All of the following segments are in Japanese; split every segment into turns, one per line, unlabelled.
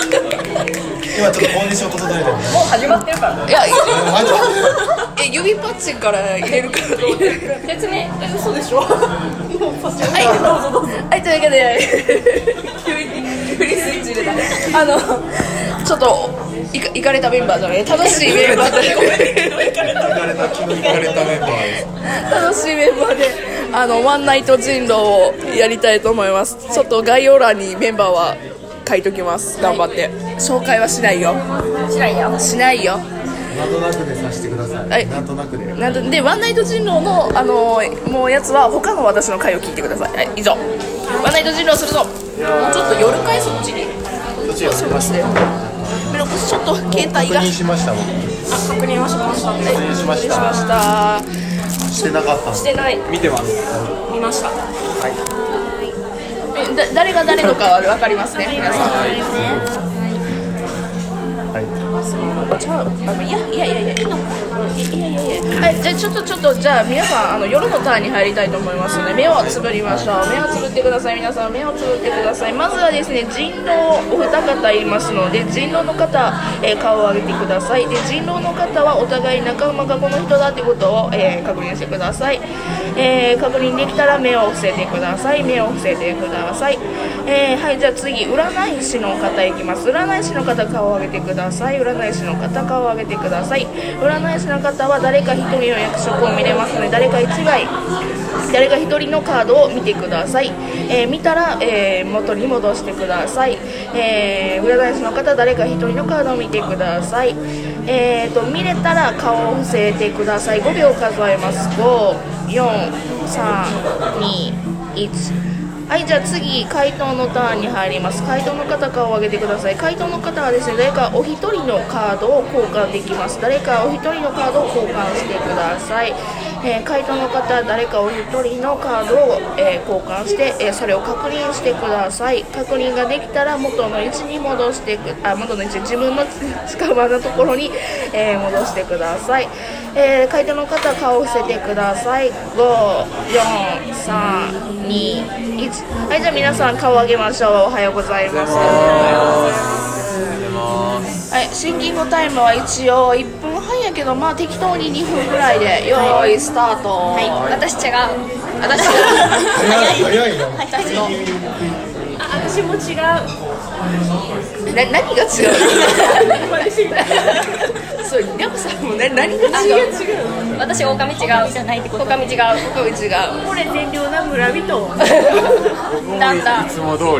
今ちょっとコンディション整えてるね
もう始まってるからね
いや
マジ
え指パッチンから入れるから
別にえ嘘でし ょもうパチン
はい、どうぞどうぞ。はい、というわけで、急にフリースイッチ入れた。あの、ちょっと、いか、いかれたメンバーじゃない、楽しいメンバーで、
でれた昨日行かれたメンバーです
楽しいメンバーで、あの、ワンナイト人狼をやりたいと思います。ちょっと概要欄にメンバーは書いときます。頑張って。紹介はしないよ。
しないや
しないよ。
なんとなくでさせてください、
はい
なんとなくで
なんとで、ワンナイト人狼の、あの、もうやつは、他の私の回を聞いてください。はい、以上。ワンナイト人狼するぞ。もうちょっと夜会そっちに。
どちら
そうですね。ブロックスちょっと携帯
確
が
認しましたもん
確認はしましたね
認しま
失
した
礼しました
してなかったん
してない
見てます
見ました
えだ誰が誰のか は分かりますね。皆さん。
は
じゃあ、あのいやいやいやいやいいの。いやいやいやいや。はい、じゃあちょっとちょっとじゃあ皆さんあの夜のターンに入りたいと思いますので目をつぶりましょう。目をつぶってください皆さん目をつぶってください。まずはですね人狼お二方いますので人狼の方、えー顔を上げてください。で人狼の方はお互い仲間がこの人だってことを、えー確認してください、えー確認できたら目を伏せてください目を伏せてください、えーはいじゃあ次占い師の方いきます占い師の方顔を上げてください占い師の方顔を上げてください占い師の方は誰か1人の役職を見れますので誰か1枚誰か1人のカードを見てください、えー見たら、えー元に戻してください、えー占い師の方誰か1人のカードを見てください、えー、と見れたら顔を伏せてください5秒数えます54321はいじゃあ次回答のターンに入ります回答の方顔を上げてください回答の方はですね誰かお一人のカードを交換できます誰かお一人のカードを交換してください、えー回答の方は誰かお一人のカードを、えー交換して、えーそれを確認してください確認ができたら元の位置に戻してくあ元の位置自分の近場のところに、えー戻してください、えー回答の方は顔を伏せてください54321はいじゃあ皆さん顔を上げましょうおはようございますはい、シンキングタイムは一応1分半やけどまあ適当に2分ぐらいで用意スタート
はい私違う私
早い早いな
私も違う
な何が違う
私も
そうリャコさんもな何が
違
違う
う私狼違う狼じゃないってこと狼違う
僕は違う
これ善良な村人
だんだん
いつも通
私
り
も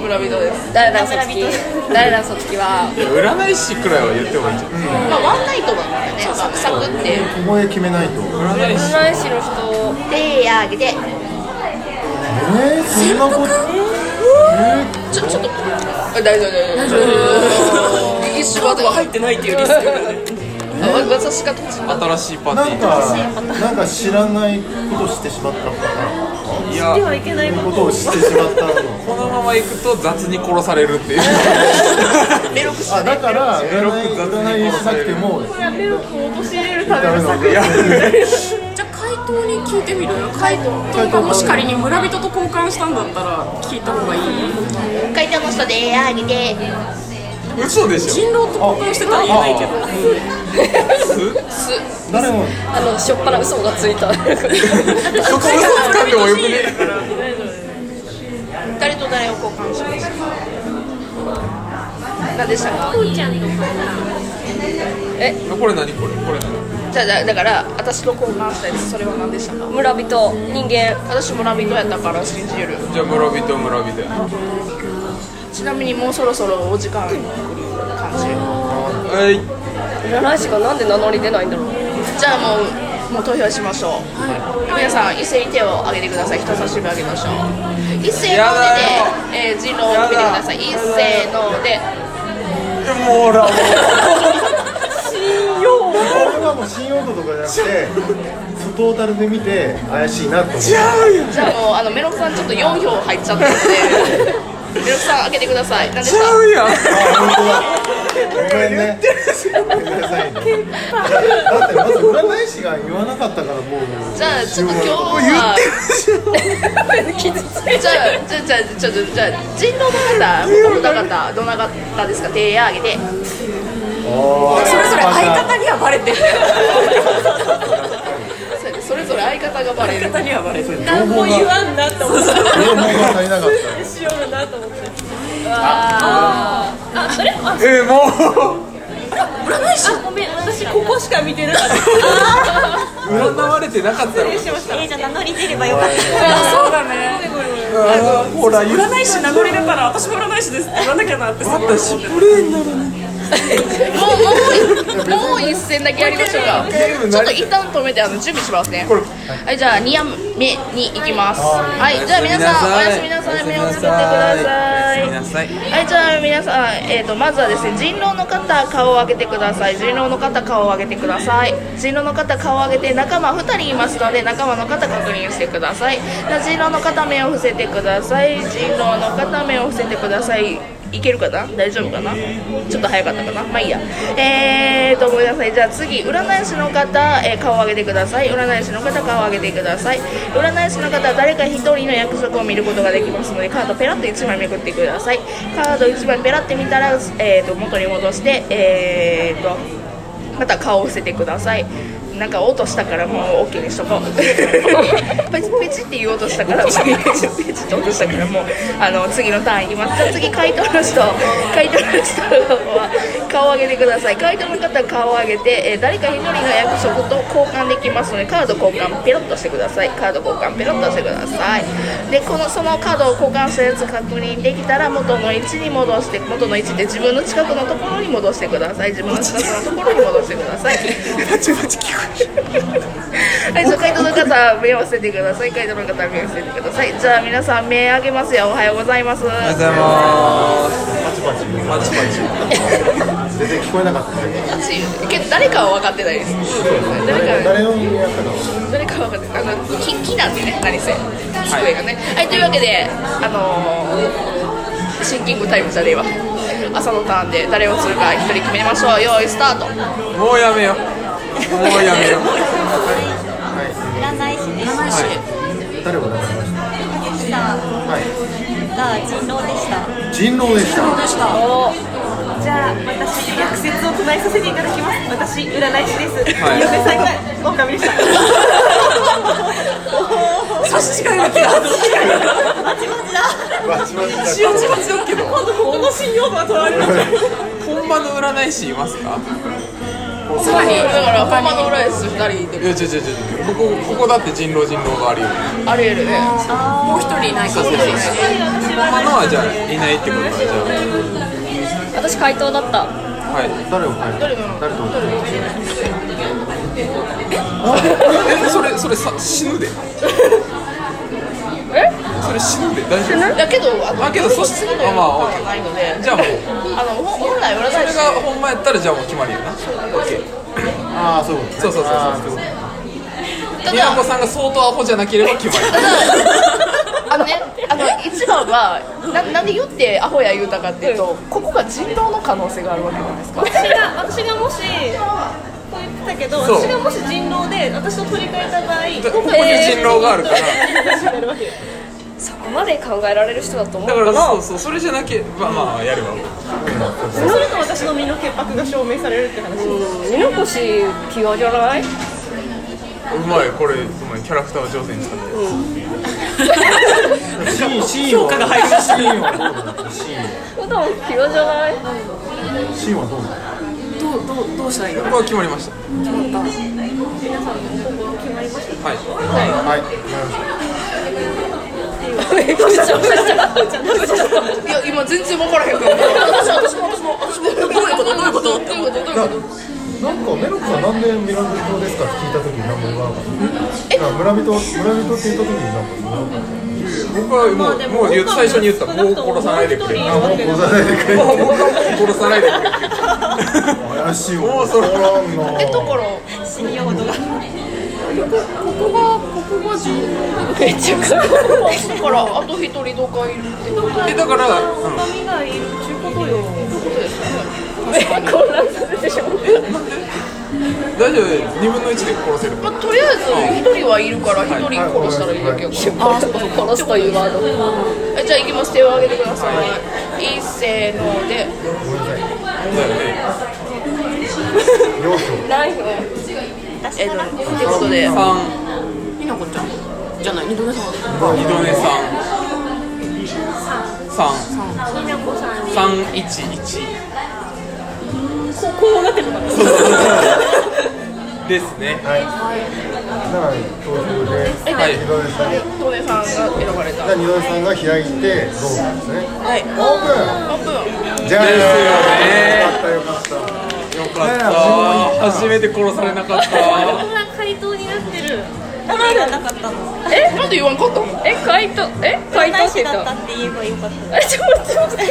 村人です誰だそっち誰だそっちは、
占い師くらいは言ってもいいじゃん
まあ、ワンナイトだからねサクサクって
ここへ決めないと
占い師
占い師の人
手あげて
えー、そんなこと
ちょちょっと大丈夫大丈夫右手話とか入ってないっていうリスクがあわ私が立ち
新しいパー
な
ティ
んかなんか知らないことしてしまったのかな
ーいや
はいけない
そういうことをしてしまったの
このまま行くと雑に殺されるっていう
メロクし
あだから占い占いしなくても
目を陥れるため
ダメ
の
な
作
んだよ
じゃあ回答に聞いてみる回答がもし仮に村人と交換したんだったら聞いた方がいい
回答の人であげて
嘘でしょ
人狼と交換してたら言えないけど
誰も
あのしょっぱな嘘がついた
そこ嘘つかんでもよくね
誰と誰を交換します何でしたか
これ何これこれ何
じゃあだだから私と交換したやつそれは何でしたか
村人人間
私村人やったから信じる
じゃあ村人村人
ちなみにもうそろそろお時間来る感じ
はい
占い師がなんで名乗り出ないんだろう
じゃあもうもう投票しましょう、皆さん一斉に手を挙げてください人差し指挙げましょう一斉ので、えー、人狼を見てください一斉ので
もうらも
俺はもう信用度とかじゃなくてトータルで見て怪しいなと思って
じゃあもうあのメロクさんちょっと4票 入っちゃったのでメロクさん開けてください何で
ち
した
ゃうやん
あ本当だごめんねごめんなさいねだってまず占い師が言わなかったからもう
じゃあちょっと今日はじゃあじゃあじゃあちょっとじゃあ人狼の方元々方どんな方ですか手挙げて
それぞれ相方にはバレてる
そうやねそれぞれ相方がバレる
相方にはバレてる
何も言わんなって思って
情報が足りなかった
しようなと思ってあああれあ
えー、もう
あごめん私ここしか見てなかった
占われてなかったの
えー、じゃあ名乗り出ればよかった
そうだね
あーほら言っ
占い師名乗れるから私も占い師ですって言わなきゃなってすごい思って
たしプレーになるね
もうもう一戦だけやりましょうかちょっと一旦止めてあの準備しますねはいじゃあ2案目に行きますはいじゃあ皆さんおやすみなさい目をつぶってくださ
おや
い
すみなさい
はいじゃあ皆さん、えー、とまずはですね人狼の方顔を上げてください人狼の方顔を上げてください人狼の方顔を上げて仲間2人いますので仲間の方確認してくださいじゃあ人狼の方目を伏せてください人狼の方目を伏せてくださいいけるかな大丈夫かなちょっと早かったかなまあいいやえーとごめんなさいじゃあ次占い師の方、えー顔を上げてください占い師の方顔を上げてください占い師の方は誰か一人の約束を見ることができますのでカードペラッと1枚めくってくださいカード1枚ペラッて見たら、えー、と元に戻してえー、とまた顔を伏せてくださいなんか音したからもう OK にしとこうペチペチって言おうとしたからペチペチって音したからもうあの次のターンいきますじゃあ次回答の人回答の人は顔を上げてください回答の方は顔を上げて、えー誰か一人の役職と交換できますのでカード交換ペロッとしてくださいカード交換ペロッとしてくださいでこのそのカードを交換したやつ確認できたら元の位置に戻して元の位置で自分の近くのところに戻してください自分の近くのところに戻してくださいはい、じゃあ回答の方目を伏せてください回答の方目を伏せてくださいじゃあ皆さん目あげますよおはようございます
おはようございます
パチパチ
パチパチ
全然聞こえなかった
けど誰かは分かってないです誰か
誰のやったか
誰かは分かってないあの木木なんでね何せ机がねはい、というわけであのー、シンキングタイムじゃねえわ朝のターンで誰をするか一人決めましょう用意スタート
もうやめようもうやめよう
占い師です
誰を名前ました
でした
はい
が人狼でした
人狼でした
じゃあ私逆説を唱えさせていただきます私占い師です、
はい
嫁さんが狼でした
差し違えなきゃ
バチバチだ
一応自分だけど
今度ここの信用度は取られます
本場の占い師いますか
さらにだからホンマの裏イス2人で
いや違う違う違うここここだって人狼人狼があるよ
ありえるね
もう一人いないか
そうそうそう本場のはじゃあいないってことはじ
私回答だった
ゃあはい
誰を変
誰
える
の
誰と
えそれそれさ死 ぬで
え
それ死ぬで大丈
だけど、あの、
あけど
そ
そうう
するのよ、
まあまあ
わかんないので
夫、じゃあもう
あの、ほ本来占い
それ
師
が本場やったらじゃあもう決まりよな OK
ああそういうことね
そうそうそうそう
あーいこと
た
美奈
だ
子、さんが相当アホじゃなければ決まり
ただ、あのね、あの、一番は、な、なんで言って、アホや言うたかっていうと、ここが人狼の可能性があるわけじゃないですか。
私が私がもしこう言ってたけど
そう
私がもし人狼で私と取り替えた場合
ここに人狼があるから
そこまで考えられる人だと思
だからそうそうそれじゃなけまあまあやれば
そうすると私の身の潔白が証明されるって話
身の腰器用じゃないう
まいこれうまいキャラクターを上手に使って
シーンシーン評価が入るシーンはどうなのシー
普段器用じゃない
ンシーンはどうなの
どうどうどうしたらいいの
ここは決まりました決まった皆さんほぼ決まりましたはい
はいわかりました
いや、今全然わからへんけど、私、私も、私も、私も、どういうこと、どういうこと、どういうこと、どういうこと。
なんかメロクさんなんで村人ですかって聞いた時に何も言わなかったなんか村人村人って言った時に何も言わなかっ
僕はもう,、もう言う最初に言ったもう殺さないでくれも
た
う
あもうござないでくれ
僕はもう殺さないでくれって
怪しいわ
もうそれ
おらんな
え、ところ、
死にようど
い
が
ここがここが重要
めっちゃかっこいい
だからあと一人どかいるってこ
えだから、うん、
痛みがいるちゅうことよ
とですよね
混乱させてしまった
大丈夫2分の1で殺せる
まあ、とりあえず一人はいるから一人殺したらいいだけよ、
あそこ殺すというワード
えじゃあ行きます手を挙げてください、い、いせーので
ごめんなさい
だよね
両票
ナイフ
えっ、とということで
3
ひなこちゃんじゃない二度目さん
二度寝3
みなこさん
三3一1
ここうなってるのかな
ですね
はいだから投票で
はい
二度目さんじ
トネさんが選ばれた
ゃあ二度目さんが開いてどうなんですね
はい
オー
オープン
プンじゃあ
ですよね
よかったよかった
よかった初めて殺されなかった
こんな回答になってる名前がなかったの
えなんで言わんかったの
え回答え回答
占い
って
師
言
だ
っ
ったたって言えばよかった
えちょっと待って待って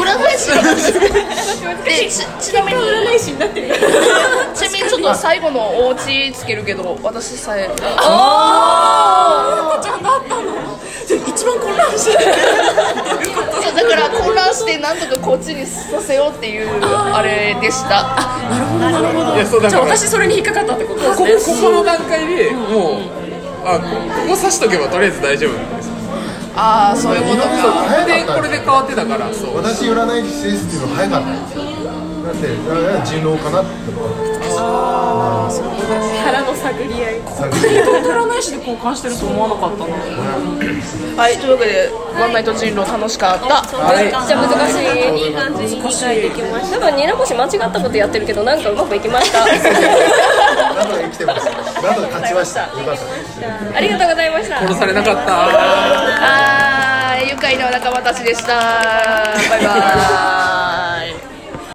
裏返しでちちなみに
占い師になってるよ
ちなみにちょっと最後のお家つけるけど私さえ
ひなこちゃんだったのじゃあ一番混乱してる
そうだから混乱してなんとかこっちにさせようっていうあれでした
いやそうだ
じゃ
か
あ
らこ
私それに引っかかったってことです
こ
ね
ここの段階でもうあこここ刺しとけばとりあえず大丈夫なんです
ああそういうこと
そう
か
これ
早
で
か
こ
った
れで変わってたからそう
私占い師ですっていうの早かったんですよなんでだから人狼かなって思って
腹の探り合い
占い師で交換してると思わなかったな
はいというわけでワンナイト人狼楽しかった
はい
じゃあ難しい
いい感じに理解できまし
多分ニナコシ間違ったことやってるけどなんかうまくいきました
なんとか生きてますなんとか勝ちましたよかったです
ありがとうございました
殺されなかった
あー愉快な仲間たちでしたバイバーイ